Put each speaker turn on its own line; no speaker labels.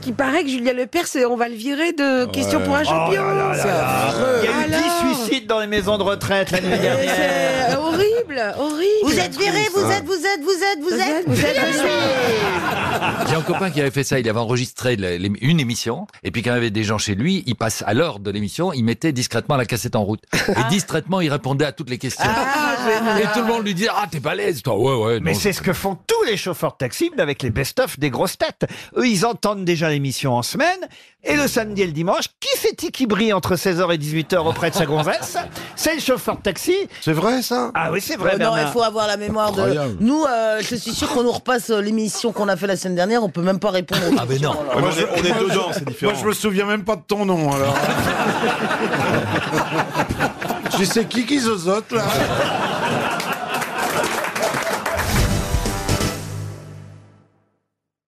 qu'il paraît que Julien Lepers, on va le virer de question pour un champion.
Oh
C'est affreux. Ah
Il y a eu 10
Alors
suicides dans les maisons de retraite la nuit dernière.
C'est horrible, horrible.
Vous êtes viré,
Ah.
vous êtes, vous êtes, vous êtes, vous êtes.
vous êtes, vous êtes.
J'ai un copain qui avait fait ça. Il avait enregistré la- l'ém- une émission. Et puis, quand il y avait des gens chez lui, il passe à l'heure de l'émission, il mettait discrètement la cassette en route.
Ah.
Et discrètement, il répondait à toutes les questions. et tout le monde lui disait Ah, t'es balèze, toi. Ouais, ouais.
Mais
non,
c'est ce que font tous les chauffeurs de taxi avec les best-of des grosses têtes. Eux, ils entendent déjà l'émission en semaine. Et le samedi et le dimanche, qui c'est qui brille entre 16h et 18h auprès de sa gonzesse C'est le chauffeur de taxi.
C'est vrai ça
Ah oui, c'est vrai,
Euh, non, il
Bernard.
faut avoir la mémoire de.
Incroyable.
Nous, euh, je suis sûr qu'on nous repasse euh, l'émission qu'on a fait la semaine dernière, on peut même pas répondre. aux
Ah, mais non.
questions, là.
Moi, je- on est dedans, c'est différent.
Moi, je me souviens même pas de ton nom, alors. je sais qui qui zozote, là.